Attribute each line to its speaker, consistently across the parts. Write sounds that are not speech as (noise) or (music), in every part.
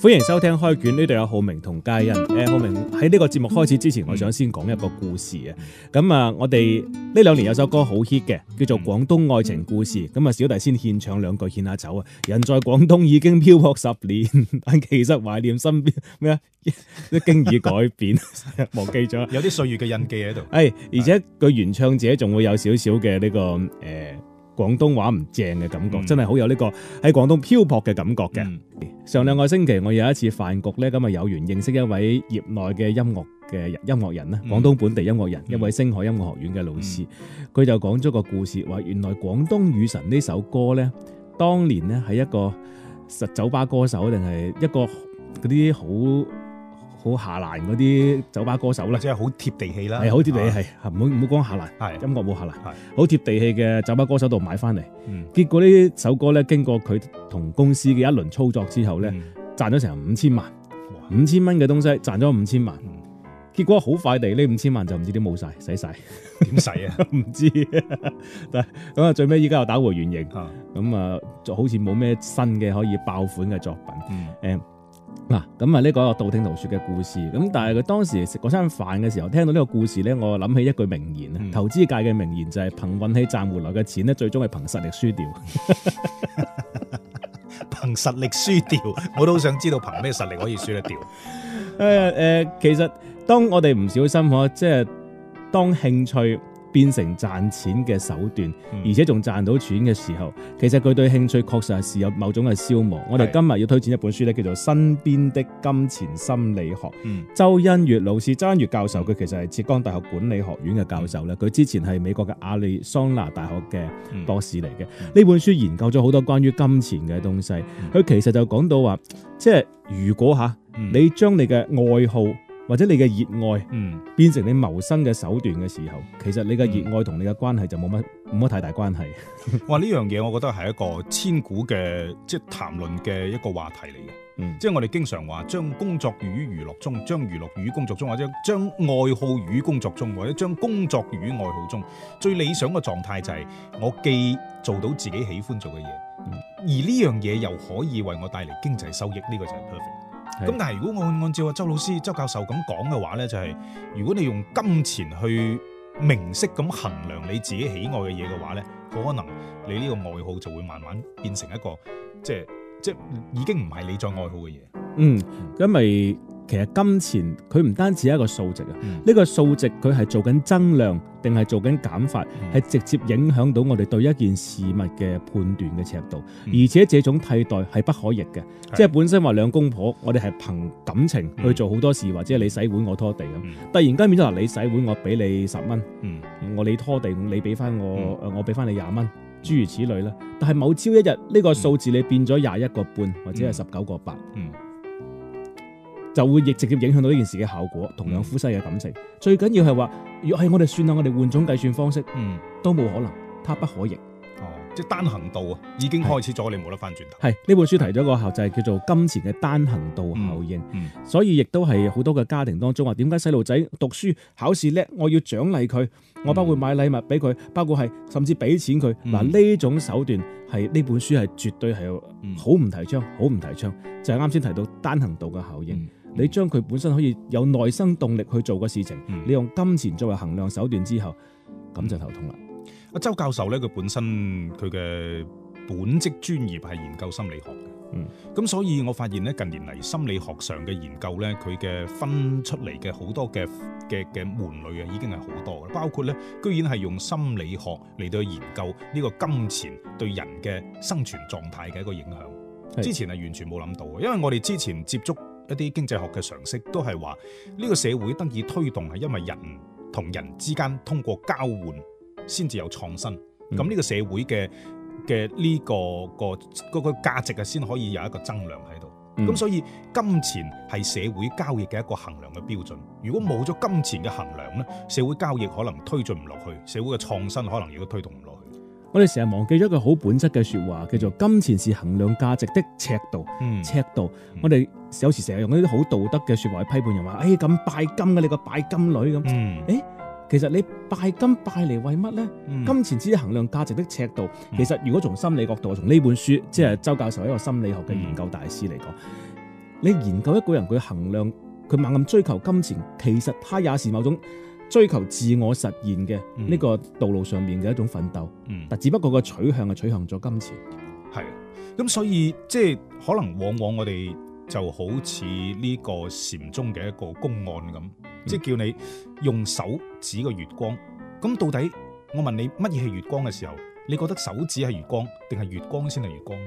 Speaker 1: 歡迎收聽開卷，呢度有浩明同佳欣。誒、呃，浩明喺呢個節目開始之前，我想先講一個故事啊。咁啊，我哋呢兩年有首歌好 hit 嘅，叫做《廣東愛情故事》。咁啊，小弟先獻唱兩句獻下酒啊。人在廣東已經漂泊十年， (laughs) 但其實懷念身邊咩啊， (laughs) 都經已改變， (laughs) 忘記咗。
Speaker 2: 有啲歲月嘅印記喺度。
Speaker 1: 誒，而且佢原唱者仲會有少少嘅呢個誒、呃、廣東話唔正嘅感覺，
Speaker 2: 嗯
Speaker 1: 真係好有呢個喺廣東漂泊嘅感覺嘅。
Speaker 2: 嗯
Speaker 1: 上兩個星期我有一次飯局咧，咁啊有緣認識一位業內嘅音樂嘅人音樂人啦，
Speaker 2: 嗯
Speaker 1: 廣東本地音樂人，
Speaker 2: 嗯
Speaker 1: 一位星海音樂學院嘅老師，佢、就講咗個故事，話原來《廣東雨神》呢首歌咧，當年咧係一個實酒吧歌手定係一個嗰啲好好下欄嗰啲酒吧歌手
Speaker 2: 或
Speaker 1: 啦，
Speaker 2: 者係好貼地氣啦。
Speaker 1: 係好貼地氣，係唔好唔好講下欄。
Speaker 2: 啊。係。
Speaker 1: 音樂冇下欄
Speaker 2: 係，
Speaker 1: 好貼地氣嘅酒吧歌手度買翻嚟。
Speaker 2: 嗯。
Speaker 1: 結果呢首歌咧，經過佢同公司嘅一輪操作之後咧，
Speaker 2: 嗯。
Speaker 1: 賺咗成五千萬，
Speaker 2: 哇
Speaker 1: 五千蚊嘅東西賺咗五千萬
Speaker 2: 嗯，
Speaker 1: 結果好快地呢五千萬就唔知點冇晒，使晒 (laughs)
Speaker 2: 點使啊？ (laughs)
Speaker 1: 唔知。但係咁啊，最尾依家又打回原形，
Speaker 2: 啊。
Speaker 1: 咁啊，就好似冇咩新嘅可以爆款嘅作品。
Speaker 2: 嗯。
Speaker 1: 嗱，咁啊呢個道聽途說嘅故事，咁但係佢當時食嗰餐飯嘅時候，聽到呢個故事咧，我諗起一句名言啊，
Speaker 2: 嗯
Speaker 1: 投資界嘅名言就係憑運氣賺回來嘅錢咧，最終係憑實力輸掉。
Speaker 2: 憑實力輸掉， (laughs) 我都好想知道憑咩實力可以輸得掉。
Speaker 1: 誒誒、呃其實當我哋唔小心可，即係當興趣變成賺錢嘅手段，
Speaker 2: 嗯
Speaker 1: 而且仲賺到錢嘅時候，其實佢對興趣確實係是有某種嘅消磨。我哋
Speaker 2: 係
Speaker 1: 今日要推薦一本書咧，叫做《身邊的金錢心理學》。
Speaker 2: 嗯。
Speaker 1: 周欣月老師，周欣月教授佢其實係浙江大學管理學院嘅教授咧，佢之前係美國嘅亞利桑那大學嘅
Speaker 2: 嗯
Speaker 1: 博士嚟嘅。呢本書研究咗好多關於金錢嘅東西，佢其實就講到話，即係如果吓
Speaker 2: 嗯
Speaker 1: 你將你嘅愛好或者你嘅熱愛
Speaker 2: 嗯
Speaker 1: 變成你謀生嘅手段嘅時候，其實你嘅熱愛同你嘅關係就冇乜冇乜太大關係。
Speaker 2: 哇！呢樣嘢我覺得係一個千古嘅即係談論嘅一個話題嚟嘅。
Speaker 1: 嗯
Speaker 2: 即係我哋經常話將工作與娛樂中，將娛樂與工作中，或者將愛好與工作中，或者將工作與愛好中，最理想嘅狀態就係我既做到自己喜歡做嘅嘢，
Speaker 1: 嗯
Speaker 2: 而呢樣嘢又可以為我帶嚟經濟收益，呢、個就係 perfect。
Speaker 1: 係
Speaker 2: 咁但係如果我按照阿周老師、周教授咁講嘅話呢，就係、如果你用金錢去明晰咁衡量你自己喜愛嘅嘢嘅話呢，可能你呢個愛好就會慢慢變成一個即係即係已經唔係你再愛好嘅嘢。
Speaker 1: 嗯，因為其實金錢佢唔單止係一個數值啊。
Speaker 2: 嗯
Speaker 1: 呢個數值佢係做緊增量定係做緊減法，係直接影響到我哋對一件事物嘅判斷嘅尺度，
Speaker 2: 嗯
Speaker 1: 而且這種替代係不可逆嘅，
Speaker 2: 係
Speaker 1: 即係本身話兩公婆，我哋係憑感情去做好多事，或者係你洗碗我拖地咁，
Speaker 2: 嗯
Speaker 1: 突然間變咗嗱，你洗碗我俾你十蚊，
Speaker 2: 嗯
Speaker 1: 我你拖地你俾翻我，呃誒我俾翻你廿蚊。諸如此類啦，但係某朝一日呢、個數字你變咗廿一個半或者係十九個八，
Speaker 2: 嗯
Speaker 1: 就會亦直接影響到呢件事嘅效果，同兩夫妻嘅感情。最緊要係話，若係我哋算啦，我哋換種計算方式
Speaker 2: 嗯，
Speaker 1: 都冇可能，它不可逆。
Speaker 2: 哦，即係單行道啊，已經開始咗，你冇得翻轉頭。
Speaker 1: 係呢本書提咗個效就係叫做金錢嘅單行道效應，
Speaker 2: 嗯
Speaker 1: 所以亦都係好多嘅家庭當中話，點解細路仔讀書考試叻，我要獎勵佢，我包括買禮物俾佢，包括係甚至俾錢佢。
Speaker 2: 嗯
Speaker 1: 嗱呢、種手段係呢本書係絕對係
Speaker 2: 嗯
Speaker 1: 好唔提倡，好唔提倡，就係啱先提到單行道嘅效應。
Speaker 2: 嗯
Speaker 1: 你將佢本身可以有內生動力去做嘅事情，
Speaker 2: 嗯
Speaker 1: 你用金錢作為衡量手段之後，咁就頭痛啦。
Speaker 2: 阿周教授咧，佢本身佢嘅本職專業係研究心理學嘅。
Speaker 1: 嗯，
Speaker 2: 咁所以我發現咧，近年嚟心理學上嘅研究咧，佢嘅分出嚟嘅好多嘅嘅嘅門類啊，已經係好多啦。包括咧，居然係用心理學嚟到去研究呢個金錢對人嘅生存狀態嘅一個影響。
Speaker 1: 係
Speaker 2: 之前係完全冇諗到嘅，因為我哋之前接觸一啲經濟學嘅常識，都係話呢個社會得以推動係因為人同人之間通過交換先至有創新。
Speaker 1: 嗯
Speaker 2: 咁呢個社會嘅嘅呢個個嗰個價值啊，先可以有一個增量喺度。咁、
Speaker 1: 嗯
Speaker 2: 所以金錢係社會交易嘅一個衡量嘅標準。如果冇咗金錢嘅衡量呢，社會交易可能推進唔落去，社會嘅創新可能亦都推動唔落去。
Speaker 1: 我哋成日忘記咗一句好本質嘅说話，叫做金錢是衡量價值的尺度。
Speaker 2: 嗯
Speaker 1: 尺度
Speaker 2: 嗯，
Speaker 1: 我哋有時成日用呢啲好道德嘅说話去批判人話，哎咁拜金嘅你個拜金女咁。
Speaker 2: 嗯
Speaker 1: 誒其實你拜金拜嚟為乜呢？
Speaker 2: 嗯
Speaker 1: 金錢只係衡量價值的尺度。
Speaker 2: 嗯
Speaker 1: 其實如果從心理角度，從呢本書，即係周教授一個心理學嘅研究大師嚟講，你研究一個人佢衡量佢猛咁追求金錢，其實他也是某種追求自我實現嘅
Speaker 2: 嗯
Speaker 1: 呢個道路上面嘅一種奮鬥，
Speaker 2: 嗯
Speaker 1: 但只不過個取向係取向咗金錢。
Speaker 2: 係啊，咁所以即係可能往往我哋就好似呢個禪宗嘅一個公案咁，即係叫你用手指個月光。咁到底我問你乜嘢係月光嘅時候，你覺得手指係月光，定係月光先係月光？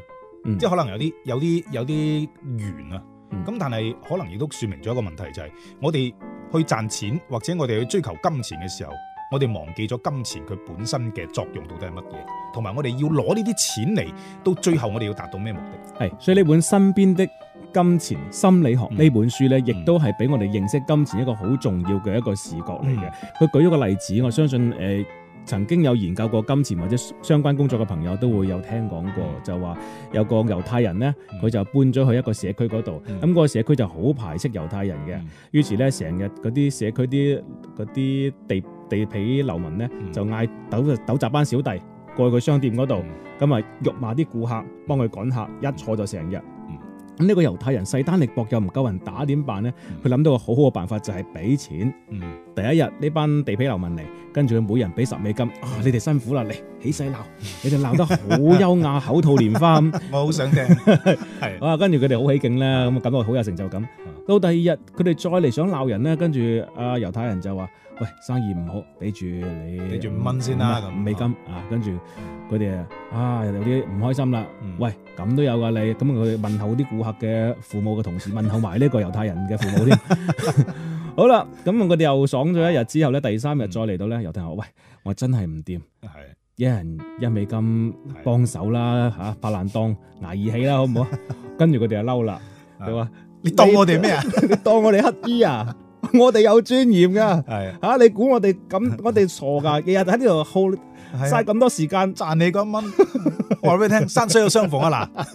Speaker 1: 嗯
Speaker 2: 即係可能有啲有啲有啲圓啊。
Speaker 1: 嗯
Speaker 2: 咁、但係可能亦都説明咗一個問題，就係、我哋去賺錢或者我哋去追求金錢嘅時候，我哋忘記咗金錢佢本身嘅作用到底係乜嘢，同埋我哋要攞呢啲錢嚟，到最後我哋要達到咩目的？
Speaker 1: 係，所以呢本《身邊的金錢心理學》
Speaker 2: 嗯
Speaker 1: 呢本書呢，亦
Speaker 2: 嗯
Speaker 1: 都係俾我哋認識金錢一個好重要嘅一個視角嚟嘅。
Speaker 2: 嗯
Speaker 1: 佢舉咗個例子，我相信誒、呃曾經有研究過金錢或者相關工作嘅朋友都會有聽講過，
Speaker 2: 嗯
Speaker 1: 就話有個猶太人呢，
Speaker 2: 嗯
Speaker 1: 佢就搬咗去一個社區嗰度，咁、
Speaker 2: 嗯
Speaker 1: 個社區就好排斥猶太人嘅。
Speaker 2: 嗯
Speaker 1: 於是咧，成日嗰啲社區啲嗰啲地地皮流民咧，
Speaker 2: 嗯
Speaker 1: 就嗌糾糾集班小弟過去佢商店嗰度，咁啊辱罵啲顧客，幫佢趕客，一坐就成日。
Speaker 2: 嗯
Speaker 1: 咁呢個猶太人勢單力薄又唔夠人打，點辦呢？佢諗到個好好嘅辦法就係俾錢。
Speaker 2: 嗯
Speaker 1: 第一日呢班地皮流民嚟，跟住佢每人俾十美金。啊，你哋辛苦啦，嚟起勢鬧，你哋鬧得好優雅，口吐蓮花
Speaker 2: (laughs)
Speaker 1: 咁。
Speaker 2: 啊我好
Speaker 1: (laughs)
Speaker 2: 想聽，係
Speaker 1: 啊，跟住佢哋好起勁啦，咁啊感覺好有成就感。
Speaker 2: 啊
Speaker 1: 到第二日，佢哋再嚟想鬧人咧，跟住啊猶太人就話：喂，生意唔好，俾住你
Speaker 2: 俾住五蚊先啦
Speaker 1: 五
Speaker 2: 咁
Speaker 1: 五美金啊！跟住佢哋啊啊有啲唔開心啦。
Speaker 2: 嗯
Speaker 1: 喂，咁都有㗎你，咁佢問候啲顧客嘅父母嘅同時，問候埋呢個猶太人嘅父母 (laughs) 添。好啦，咁佢哋又爽咗一日之後咧，第三日再嚟到咧，猶太人話：喂，我真係唔掂。
Speaker 2: 係
Speaker 1: 一人一美金
Speaker 2: 係啊
Speaker 1: 幫手啦嚇，拍爛檔捱義氣啦，好唔 (laughs) 好啊？跟住佢哋就嬲啦，佢話：
Speaker 2: 你當我哋咩啊？
Speaker 1: 你當我哋乞衣啊？ (laughs) 我哋有尊嚴噶
Speaker 2: 係
Speaker 1: 嚇，你估我哋咁 (laughs) 我哋傻噶？日日喺呢度耗嘥
Speaker 2: 係啊
Speaker 1: 咁多時間，
Speaker 2: 賺你嗰
Speaker 1: (laughs)
Speaker 2: 一蚊，我話俾你聽，山水有相逢啊嗱，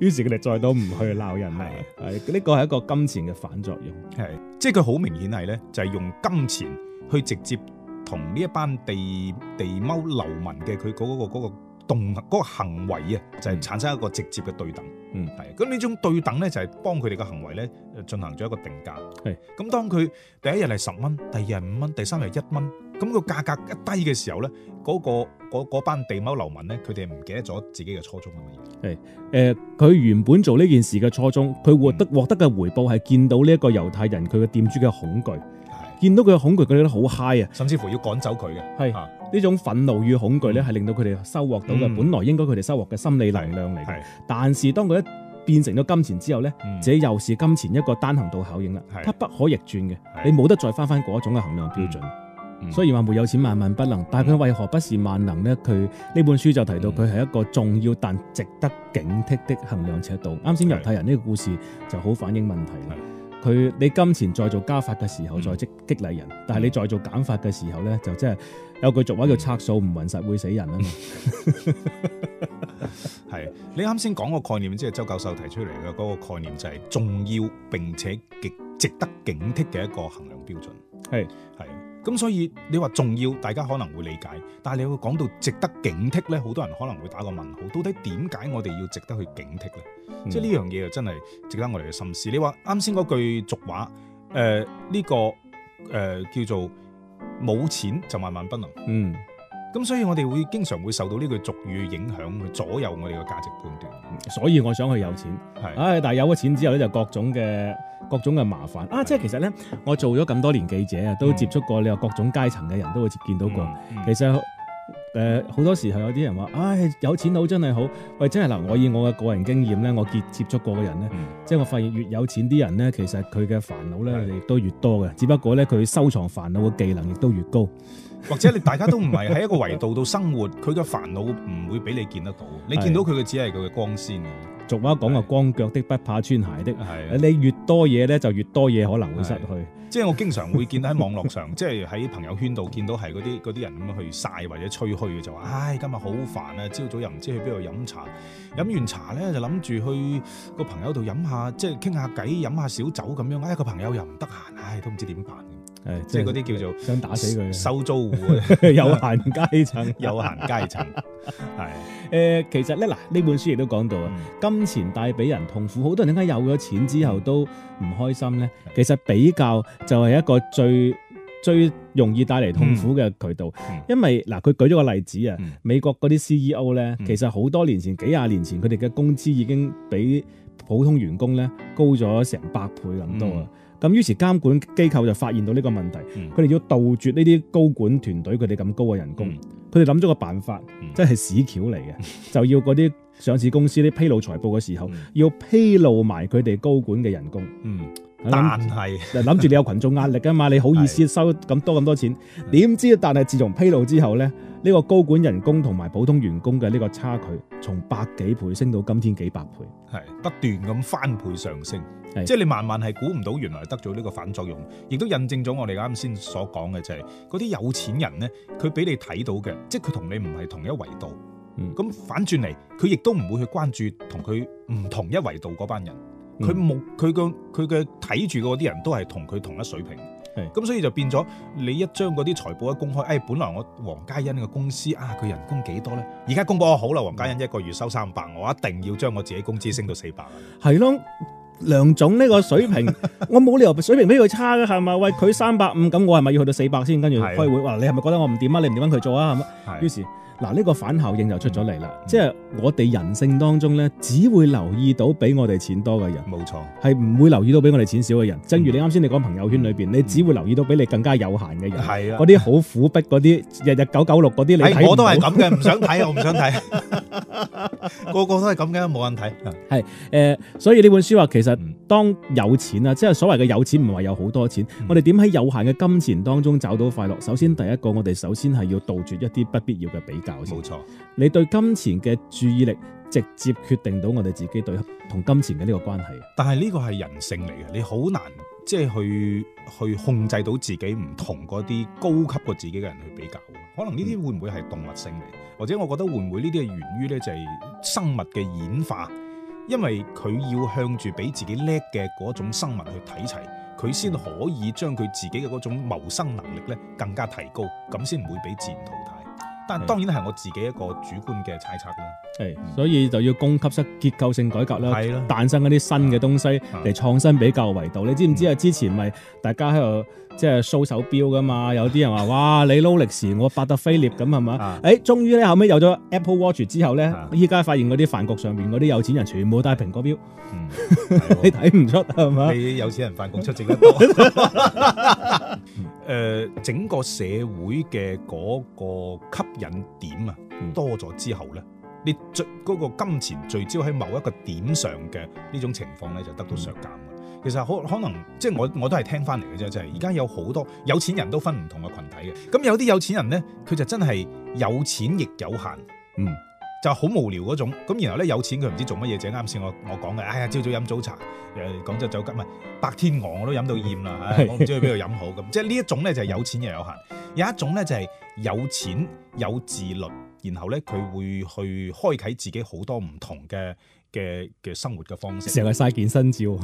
Speaker 1: 於是佢哋再都唔去鬧人啦。係呢個係一個金錢嘅反作用。
Speaker 2: 係即係佢好明顯係咧，就係用金錢去直接同呢一班地地踎流民嘅佢嗰個嗰個動嗰個行為啊，就係產生一個直接嘅對等。
Speaker 1: 嗯
Speaker 2: 係啊咁呢種對等咧，就係幫佢哋嘅行為咧誒進行咗一個定價。
Speaker 1: 係
Speaker 2: 咁，當佢第一日係十蚊，第二日五蚊，第三日一蚊，咁個價格一低嘅時候咧，嗰、個嗰嗰班地踎流民咧，佢哋唔記得咗自己嘅初衷啊嘛。
Speaker 1: 誒，呃佢原本做呢件事嘅初衷，佢獲得獲得嘅回報係見到呢一個猶太人佢嘅店主嘅恐懼，
Speaker 2: 係，
Speaker 1: 見到佢嘅恐懼，佢哋都好嗨啊！
Speaker 2: 甚至乎要趕走佢嘅。
Speaker 1: 係
Speaker 2: 啊
Speaker 1: 呢種憤怒與恐懼咧，係令到佢哋收穫到嘅
Speaker 2: 嗯
Speaker 1: 本來應該佢哋收穫嘅心理能量嚟嘅。
Speaker 2: 係，
Speaker 1: 但是當佢一變成咗金錢之後咧，
Speaker 2: 嗯
Speaker 1: 這又是金錢一個單行道效應啦，
Speaker 2: 係
Speaker 1: 它不可逆轉嘅，你
Speaker 2: 係
Speaker 1: 冇得再翻翻嗰種嘅衡量標準。
Speaker 2: 嗯
Speaker 1: 雖然話沒有錢萬萬不能，但係佢為何不是萬能呢？佢呢本書就提到
Speaker 2: 嗯
Speaker 1: 佢係一個重要但值得警惕的衡量尺度。啱先猶太人呢個故事就好反映問題啦。佢你金錢在做加法嘅時候
Speaker 2: 嗯
Speaker 1: 再激激勵人，但係你在做減法嘅時候呢，就即係有句俗話叫拆數唔匀實會死人啊嘛。
Speaker 2: 係你啱先講個概念，即係周教授提出嚟嘅嗰個概念，就係重要並且極值得警惕嘅一個衡量標準。
Speaker 1: 係
Speaker 2: 係咁，所以你話重要，大家可能會理解，但係你會講到值得警惕呢，好多人可能會打個問號，到底點解我哋要值得去警惕呢？
Speaker 1: 嗯
Speaker 2: 即係呢樣嘢就真係值得我哋去深思。你話啱先嗰句俗話，誒、呢、個誒、叫做冇錢就萬萬不能。
Speaker 1: 嗯。
Speaker 2: 咁所以我哋會經常會受到呢句俗語影響，去左右我哋嘅價值判斷。
Speaker 1: 嗯所以我想去有錢，
Speaker 2: 係
Speaker 1: 唉、但係有咗錢之後咧，就各種嘅各種嘅麻煩啊！即係其實咧，我做咗咁多年記者啊，都
Speaker 2: 嗯
Speaker 1: 接觸過你話各種階層嘅人都會接見到過。
Speaker 2: 嗯嗯
Speaker 1: 其實誒好、多時候有啲人話，唉、有錢佬真係好，喂，真係嗱，我以我嘅個人經驗咧，我接接觸過嘅人咧，
Speaker 2: 嗯
Speaker 1: 即係我發現越有錢啲人咧，其實佢嘅煩惱
Speaker 2: 係
Speaker 1: 咧亦都越多嘅，只不過咧佢收藏煩惱嘅技能亦都越高。
Speaker 2: (laughs) 或者你大家都唔係喺一個維度度生活，佢嘅煩惱唔會俾你見得到，你見到佢嘅只係佢嘅光鮮嘅。
Speaker 1: 俗話講啊，光腳的不怕穿鞋的。
Speaker 2: 係啊
Speaker 1: 你越多嘢咧，就越多嘢可能會失去。
Speaker 2: 即係我經常會見到喺網絡上，即係喺朋友圈度見到係嗰啲嗰啲人咁樣去晒或者吹噓嘅，就話：唉，今日好煩啊！朝早又唔知去邊度飲茶，飲完茶咧就諗住去個朋友度飲下，即係傾下偈，飲下小酒咁樣。唉，個朋友又唔得閒，唉，都唔知點辦。
Speaker 1: 誒，
Speaker 2: 啊即係嗰啲叫做
Speaker 1: 想打死佢，
Speaker 2: 收租户啊， (laughs)
Speaker 1: (laughs) 有閒階層。
Speaker 2: 有啊閒階層，係
Speaker 1: 誒，其實咧嗱，呢本書亦都講
Speaker 2: 嗯
Speaker 1: 到啊，金錢帶俾人痛苦，好多人點解有咗錢之後都唔開心呢？其實比較就係一個最最容易帶嚟痛苦嘅渠道，
Speaker 2: 嗯
Speaker 1: 因為嗱，佢舉咗個例子啊，
Speaker 2: 嗯
Speaker 1: 美國嗰啲 CEO 呢，
Speaker 2: 嗯
Speaker 1: 其實好多年前幾廿年前，佢哋嘅工資已經比普通員工呢高咗成百倍咁多啊。咁於是監管機構就發現到呢個問題，
Speaker 2: 嗯
Speaker 1: 佢哋要杜絕呢啲高管團隊佢哋咁高嘅人工，
Speaker 2: 嗯
Speaker 1: 佢哋諗咗個辦法，
Speaker 2: 嗯
Speaker 1: 真係屎橋嚟嘅， (laughs) 就要嗰啲上市公司啲披露財報嘅時候，
Speaker 2: 嗯
Speaker 1: 要披露埋佢哋高管嘅人工。
Speaker 2: 嗯，
Speaker 1: 我諗
Speaker 2: 但係
Speaker 1: 就諗住你有群眾壓力啊嘛，你好意思收咁多咁多錢？
Speaker 2: 嗯
Speaker 1: 點知但係自從披露之後呢，呢個高管人工同埋普通員工嘅呢個差距，從百幾倍升到今天幾百倍。
Speaker 2: 係不斷咁翻倍上升，
Speaker 1: 係
Speaker 2: 即係你慢慢係估唔到原來得咗呢個反作用，亦都印證咗我哋啱先所講嘅就係嗰啲有錢人呢，佢俾你睇到嘅，即係佢同你唔係同一維度
Speaker 1: 嗯。
Speaker 2: 咁、反轉嚟，佢亦都唔會去關注同佢唔同一維度嗰班人，佢
Speaker 1: 嗯
Speaker 2: 冇佢個佢嘅睇住嗰啲人都係同佢同一水平
Speaker 1: 係。
Speaker 2: 咁所以就變咗，你一將嗰啲財報一公開，誒、哎本來我黃嘉欣嘅公司啊，佢人工幾多呢？而家公佈我好啦，黃嘉
Speaker 1: 嗯
Speaker 2: 欣一個月收三百，我一定要將我自己工資升到四百。
Speaker 1: 係咯，梁總呢個水
Speaker 2: (laughs)
Speaker 1: 平，我冇理由水平比佢差嘅係咪？喂，佢三百五，咁我係咪要去到四百先？跟住
Speaker 2: 係
Speaker 1: 開會，哇！你係咪覺得我唔掂啊？你唔點樣佢做啊？係咪？於
Speaker 2: 係
Speaker 1: 是嗱，呢個反效應就出咗嚟啦。
Speaker 2: 嗯
Speaker 1: 即係我哋人性當中呢，只會留意到比我哋錢多嘅人。
Speaker 2: 冇錯，
Speaker 1: 係唔會留意到比我哋錢少嘅人。正如你啱先你講朋友圈裏邊，
Speaker 2: 嗯
Speaker 1: 你只會留意到比你更加有閒嘅人。
Speaker 2: 係啊
Speaker 1: 嗰啲好苦逼嗰啲，日日九九六嗰啲，你
Speaker 2: 係
Speaker 1: 睇
Speaker 2: 哎我都係
Speaker 1: 係
Speaker 2: 咁嘅，唔想睇，啊我唔想睇，
Speaker 1: (laughs)
Speaker 2: 個個都係咁嘅，冇人睇。
Speaker 1: 嗯誒，所以呢本書話其實
Speaker 2: 嗯
Speaker 1: 當有錢啊，即係所謂嘅有錢，唔係話有好多錢，
Speaker 2: 嗯
Speaker 1: 我哋點喺有限嘅金錢當中找到快樂？首先第一個，我哋首先係要杜絕一啲不必要嘅比較先
Speaker 2: 冇。錯，
Speaker 1: 你對金錢嘅注意力，直接決定到我哋自己對同金錢嘅呢個關係。
Speaker 2: 但係呢個係人性嚟嘅，你好難即係去去控制到自己唔同嗰啲高級過自己嘅人去比較。可能呢啲會唔會係動物性嚟？或者我覺得會唔會呢啲係源於呢就係生物嘅演化，因為佢要向住比自己叻嘅嗰種生物去睇齊，佢先可以將佢自己嘅嗰種謀生能力呢更加提高，咁先唔會俾自然淘汰。但
Speaker 1: 係
Speaker 2: 當然係我自己一個主觀嘅猜測啦。
Speaker 1: 係，所以就要供給式結構性改革啦，
Speaker 2: 係嗯啦
Speaker 1: 誕生一啲新嘅東西
Speaker 2: 啊嗯
Speaker 1: 嚟創新比較維度。你知唔知啊？之前咪大家喺度即係 show 手錶噶嘛，有啲人話哇你勞力士，我百達翡麗咁係嘛？
Speaker 2: 啊，
Speaker 1: 誒，終於咧後尾有咗 Apple Watch 之後咧
Speaker 2: 啊，
Speaker 1: 依家發現嗰啲飯局上面嗰啲有錢人全部戴蘋果錶，
Speaker 2: 嗯，係喎
Speaker 1: 哦你睇唔出係嘛？
Speaker 2: 你有錢人飯局出席得
Speaker 1: (laughs)
Speaker 2: 多。誒、整個社會嘅嗰個吸引點啊
Speaker 1: 嗯，
Speaker 2: 多咗之後咧，你聚嗰、個金錢聚焦喺某一個點上嘅呢種情況咧，就得到削減嘅。
Speaker 1: 嗯
Speaker 2: 其實可可能即係我我都係聽翻嚟嘅啫，就係而家有好多有錢人都分唔同嘅群體嘅。咁有啲有錢人咧，佢就真係有錢亦有限。
Speaker 1: 嗯，
Speaker 2: 就好無聊嗰種。咁然後咧有錢佢唔知做乜嘢啫。啱先我我講嘅，哎呀朝早飲早茶，誒廣州呃酒家唔係白天鵝我都飲到厭啦，唉
Speaker 1: 係
Speaker 2: 我唔知去邊度飲好咁。即係呢一種咧就係有錢又有限，有一種咧就係有錢有自律，然後咧佢會去開啟自己好多唔同嘅嘅嘅生活嘅方式
Speaker 1: 成。日曬健身 (laughs) 照，又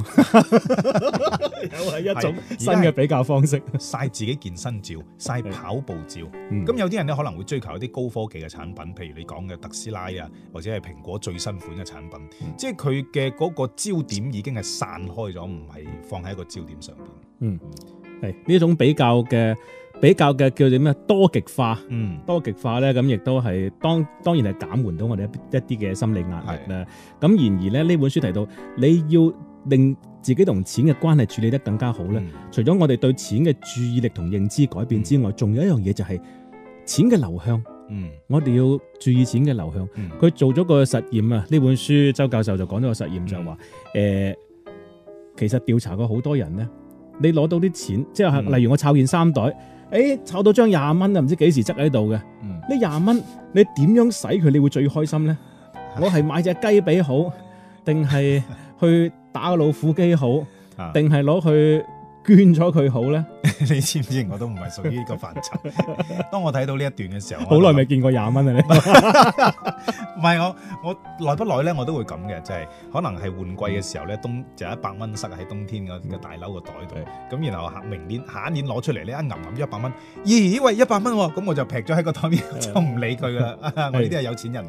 Speaker 1: 係一種 (laughs)
Speaker 2: 係
Speaker 1: 新嘅比較方式。
Speaker 2: 晒自己健身照，晒跑步照。
Speaker 1: 嗯
Speaker 2: 咁有啲人咧可能會追求一啲高科技嘅產品，譬如你講嘅特斯拉啊，或者係蘋果最新款嘅產品，
Speaker 1: 嗯
Speaker 2: 即係佢嘅嗰個焦點已經係散開咗，唔係放喺一個焦點上邊。
Speaker 1: 嗯，係呢種比較嘅比較嘅叫做咩多極化。
Speaker 2: 嗯，
Speaker 1: 多極化咧，咁亦都係當當然係減緩到我哋一一啲嘅心理壓力啦。咁然而咧，呢本書提到你要令自己同錢嘅關係處理得更加好咧，
Speaker 2: 嗯
Speaker 1: 除咗我哋對錢嘅注意力同認知改變之外，仲有一樣嘢就係錢嘅流向，
Speaker 2: 嗯
Speaker 1: 我哋要注意錢嘅流向。
Speaker 2: 嗯，
Speaker 1: 佢做咗個實驗啊，呢本書周教授就講咗個實
Speaker 2: 嗯
Speaker 1: 驗就話，誒、其實調查過好多人咧，啊你攞到啲錢，即係
Speaker 2: 嗯
Speaker 1: 例如我摷件衫袋，誒、摷到張廿蚊啊，唔知幾時執喺度嘅。
Speaker 2: 嗯
Speaker 1: 呢廿蚊你點樣使佢，你會最開心呢？我係買只雞髀好，定係去打個老虎機好，
Speaker 2: (laughs) 啊
Speaker 1: 定係攞去捐咗佢好咧？
Speaker 2: 你知唔知我都唔係屬於呢個範疇。當我睇到呢一段嘅時候，
Speaker 1: 好
Speaker 2: 我
Speaker 1: 耐
Speaker 2: 就
Speaker 1: 未見過廿蚊啊！
Speaker 2: (laughs)
Speaker 1: 你 (laughs)
Speaker 2: 唔係我我耐不耐咧，我都會咁嘅，就係、可能係換季嘅時候咧，冬就一百蚊塞喺冬天嘅個大褸個袋度，咁然後下明年下一年攞出嚟咧，一揞揞一百蚊，咦喂一百蚊喎，咁我就劈咗喺個袋邊，就唔理佢噶啦。 (laughs) 啊我呢啲係有錢人嚟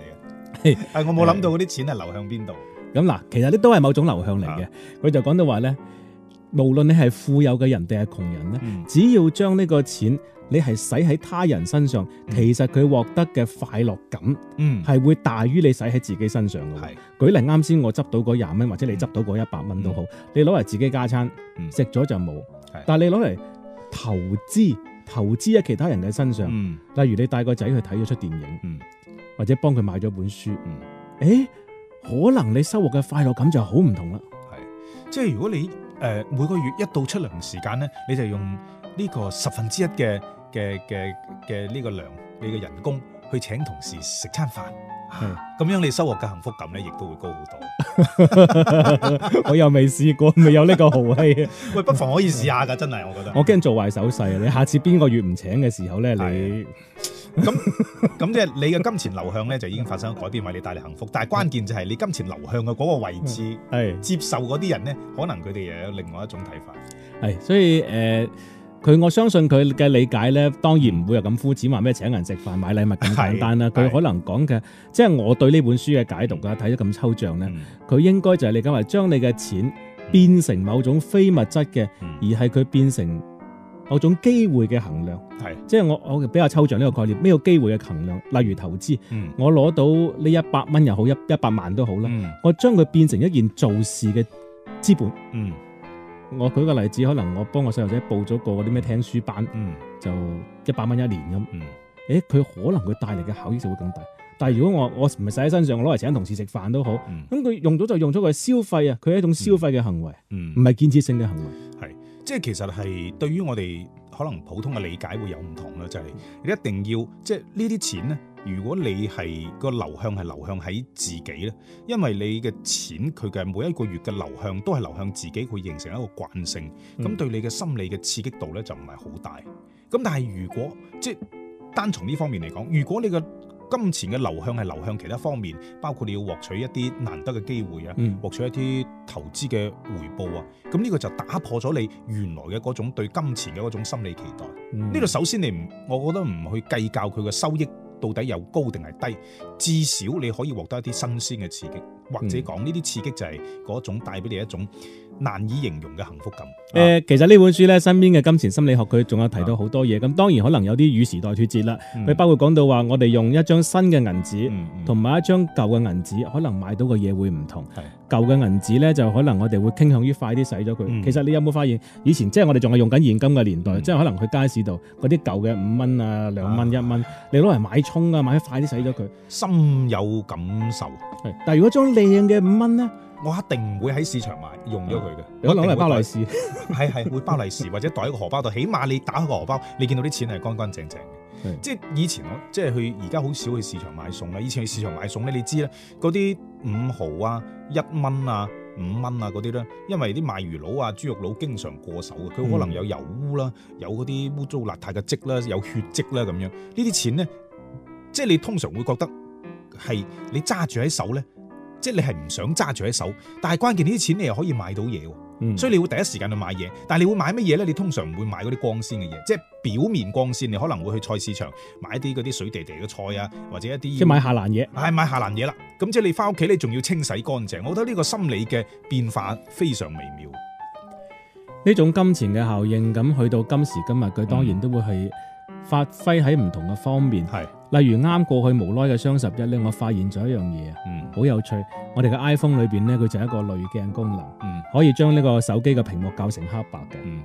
Speaker 2: 嘅
Speaker 1: 係，
Speaker 2: 但係我冇諗到嗰啲錢係流向邊度。
Speaker 1: 咁嗱，其實呢都係某種流向嚟
Speaker 2: 啊
Speaker 1: 嘅。佢就講到話咧，無論你係富有嘅人定係窮人咧，
Speaker 2: 嗯
Speaker 1: 只要將呢個錢你係使喺他人身上，
Speaker 2: 嗯
Speaker 1: 其實佢獲得嘅快樂感
Speaker 2: 嗯，
Speaker 1: 係會大於你使喺自己身上嘅喎。
Speaker 2: 係
Speaker 1: 舉例啱先我執到嗰廿蚊，或者你執到嗰一百蚊都好，你攞嚟自己加餐
Speaker 2: 嗯，
Speaker 1: 食咗就冇
Speaker 2: 係。
Speaker 1: 但係你攞嚟投資，投資喺其他人嘅身上，
Speaker 2: 嗯
Speaker 1: 例如你帶個仔去睇咗出電影，
Speaker 2: 嗯
Speaker 1: 或者幫佢買咗本書，
Speaker 2: 嗯。
Speaker 1: 誒，可能你收穫嘅快樂感就好唔同啦。 (laughs)
Speaker 2: 即係如果你誒、呃每個月一到出糧時間咧，你就用呢個十分之一嘅嘅嘅嘅呢個糧，你嘅人工去請同事食餐飯，啊咁樣你收穫嘅幸福感咧，亦都會高好多。
Speaker 1: 我又未試過，未有呢個豪
Speaker 2: (laughs)
Speaker 1: 氣。
Speaker 2: 喂，不妨可以試下㗎，真係我覺得。
Speaker 1: 我驚做壞手勢啊！你下次邊個月唔請嘅時候咧，你
Speaker 2: 係咁即係你嘅金錢流向咧，就已經發生咗改變，為你帶嚟幸福。但係關鍵就係你金錢流向嘅嗰個位置，
Speaker 1: 係
Speaker 2: 接受嗰啲人咧，可能佢哋又有另外一種睇法。
Speaker 1: 係，所以誒。佢我相信佢嘅理解咧，當然唔會有咁膚淺，話咩請人食飯買禮物咁簡單啦。
Speaker 2: 係
Speaker 1: 佢
Speaker 2: 係
Speaker 1: 可能講嘅，即係我對呢本書嘅解讀啊，睇得咁抽象
Speaker 2: 嗯
Speaker 1: 咧，佢應該就係理解為將你嘅錢變成某種非物質嘅，
Speaker 2: 嗯
Speaker 1: 而係佢變成某種機會嘅衡量。
Speaker 2: 係
Speaker 1: 即係我我比較抽象呢個概念，咩叫機會嘅衡量？例如投資，
Speaker 2: 嗯
Speaker 1: 我攞到呢一百蚊又好，一一百萬都好啦，
Speaker 2: 嗯
Speaker 1: 我將佢變成一件做事嘅資本。
Speaker 2: 嗯
Speaker 1: 我舉個例子，可能我幫我細路仔報咗個嗰啲咩聽書班，
Speaker 2: 嗯
Speaker 1: 就一百蚊一年咁。
Speaker 2: 嗯
Speaker 1: 誒，佢可能佢帶嚟嘅效益就會更大。但係如果我我唔係使喺身上，我攞嚟請同事食飯都好，
Speaker 2: 嗯
Speaker 1: 咁佢用咗就用咗佢消費啊，佢係一種消費嘅行為，
Speaker 2: 嗯
Speaker 1: 唔係建設性嘅行為。
Speaker 2: 即係其實係對於我哋可能普通嘅理解會有唔同啦，就係、你一定要即係呢啲錢呢，如果你係個流向係流向喺自己咧，因為你嘅錢佢嘅每一個月嘅流向都係流向自己，佢形成一個慣性，咁
Speaker 1: 嗯
Speaker 2: 對你嘅心理嘅刺激度呢，就唔係好大。咁但係如果即係單從呢方面嚟講，如果你嘅金錢嘅流向係流向其他方面，包括你要獲取一啲難得嘅機會啊，
Speaker 1: 嗯
Speaker 2: 獲取一啲投資嘅回報啊，咁呢個就打破咗你原來嘅嗰種對金錢嘅嗰種心理期待。呢
Speaker 1: 呢
Speaker 2: 度、首先你唔，我覺得唔去計較佢嘅收益到底有高定係低，至少你可以獲得一啲新鮮嘅刺激，或
Speaker 1: 嗯
Speaker 2: 者講呢啲刺激就係嗰種帶俾你一種難以形容嘅幸福感。啊
Speaker 1: 誒、呃其實呢本書咧，身邊嘅金錢心理學佢仲有提到好多嘢，
Speaker 2: 啊
Speaker 1: 咁當然可能有啲與時代脱節啦。
Speaker 2: 嗯
Speaker 1: 佢、包括講到話，我哋用一張新嘅銀紙同
Speaker 2: 同
Speaker 1: 埋一張舊嘅銀紙，可能買到嘅嘢會唔同
Speaker 2: 係。
Speaker 1: 舊嘅銀紙咧，就可能我哋會傾向於快啲使咗佢。
Speaker 2: 嗯
Speaker 1: 其實你有冇發現，以前即係我哋仲係用緊現金嘅年代，
Speaker 2: 嗯
Speaker 1: 即係可能去街市度嗰啲舊嘅五蚊啊、兩蚊、一
Speaker 2: 啊
Speaker 1: 蚊，你攞嚟買葱啊，買快啲使咗佢。
Speaker 2: 深有感受。
Speaker 1: 係但係如果張靚嘅五蚊咧，
Speaker 2: 我一定唔會喺市場買用咗佢嘅，
Speaker 1: 嗯可能攞嚟包利
Speaker 2: 利
Speaker 1: 是。
Speaker 2: (laughs) 係係會包利是或者袋喺個荷包度，起碼你打開個荷包，你見到啲錢係乾乾淨淨嘅
Speaker 1: 係。
Speaker 2: 即係以前我即係去而家好少去市場買餸啦，以前去市場買餸咧，你知啦，嗰啲五毫啊、一蚊啊、五蚊啊嗰啲咧，因為啲賣魚佬啊、豬肉佬經常過手嘅，佢可能有油污啦，有嗰啲污糟邋遢嘅跡啦，有血跡啦咁樣，呢啲錢咧，即係你通常會覺得係你揸住喺手咧，即係你係唔想揸住喺手，但係關鍵呢啲錢你又可以買到嘢喎。
Speaker 1: 嗯
Speaker 2: 所以你會第一時間去買嘢，但係你會買乜嘢呢？你通常唔會買嗰啲光鮮嘅嘢，即係表面光鮮。你可能會去菜市場買一啲嗰啲水地地嘅菜啊，或者一啲
Speaker 1: 即係買下爛嘢。
Speaker 2: 係買下爛嘢啦。咁即係你翻屋企，你仲要清洗乾淨。我覺得呢個心理嘅變化非常微妙。
Speaker 1: 呢種金錢嘅效應，咁去到今時今日，佢當然都會係發揮喺唔同嘅方面。
Speaker 2: 係，
Speaker 1: 例如啱過去無耐嘅雙十一呢，我發現咗一樣嘢啊，
Speaker 2: 嗯
Speaker 1: 好有趣。我哋嘅 iPhone 裏邊呢，佢就有一個濾鏡功能，
Speaker 2: 嗯
Speaker 1: 可以將呢個手機嘅屏幕校成黑白嘅。
Speaker 2: 嗯，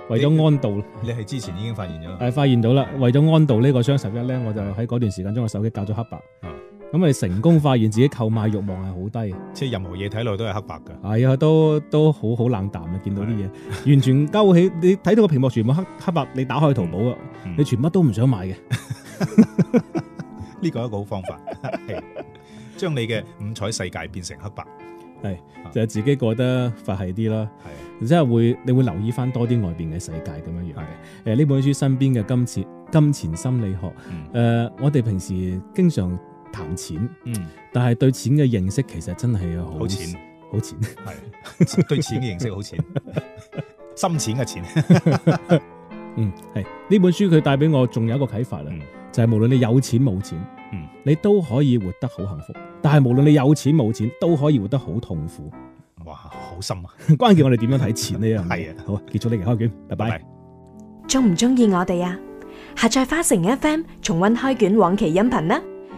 Speaker 2: 啊
Speaker 1: 為咗安度，呃
Speaker 2: 你係之前已經發現咗啦。
Speaker 1: 誒發現到啦，為咗安度呢個雙十一呢，我就啊喺嗰段時間將個手機校咗黑白
Speaker 2: 嗯。
Speaker 1: 咁我哋成功發現自己購買慾望係好低嘅。
Speaker 2: 即係任何嘢睇落去都係黑白㗎。
Speaker 1: 係啊，都都好好冷淡啊！見到啲嘢，完全勾起你睇到個屏幕全部黑黑白，你打開淘寶啊，
Speaker 2: 嗯 (laughs)
Speaker 1: 你全乜都唔想買嘅。
Speaker 2: (laughs) 呢個係一個好方法，係將你嘅五彩世界變成黑白。
Speaker 1: 就係自己覺得佛系啲啦，
Speaker 2: 係
Speaker 1: 即係會你會留意翻多啲外邊嘅世界咁樣樣
Speaker 2: 係
Speaker 1: 嘅。誒呢本書身邊嘅金錢金錢心理學，誒、
Speaker 2: 嗯
Speaker 1: 我哋平時經常談錢，
Speaker 2: 嗯
Speaker 1: 但係對錢嘅認識其實真係好
Speaker 2: 好淺，
Speaker 1: 好淺。
Speaker 2: 係對錢嘅認識好 (laughs) 淺，深淺嘅淺。
Speaker 1: (laughs) 嗯，係呢本書佢帶俾我仲有一個啟發啦，
Speaker 2: 嗯
Speaker 1: 就係無論你有錢冇錢，
Speaker 2: 嗯
Speaker 1: 你都可以活得好幸福。但係無論你有錢冇錢，都可以活得好痛苦。 (laughs)
Speaker 2: 哇，好深啊！
Speaker 1: 關鍵我哋點樣睇錢呢樣嘢？
Speaker 2: 係啊
Speaker 1: 好，結束呢期開卷，拜拜
Speaker 2: 拜。
Speaker 3: 中唔中意我哋啊？下載花城 FM 重温開卷往期音頻啦！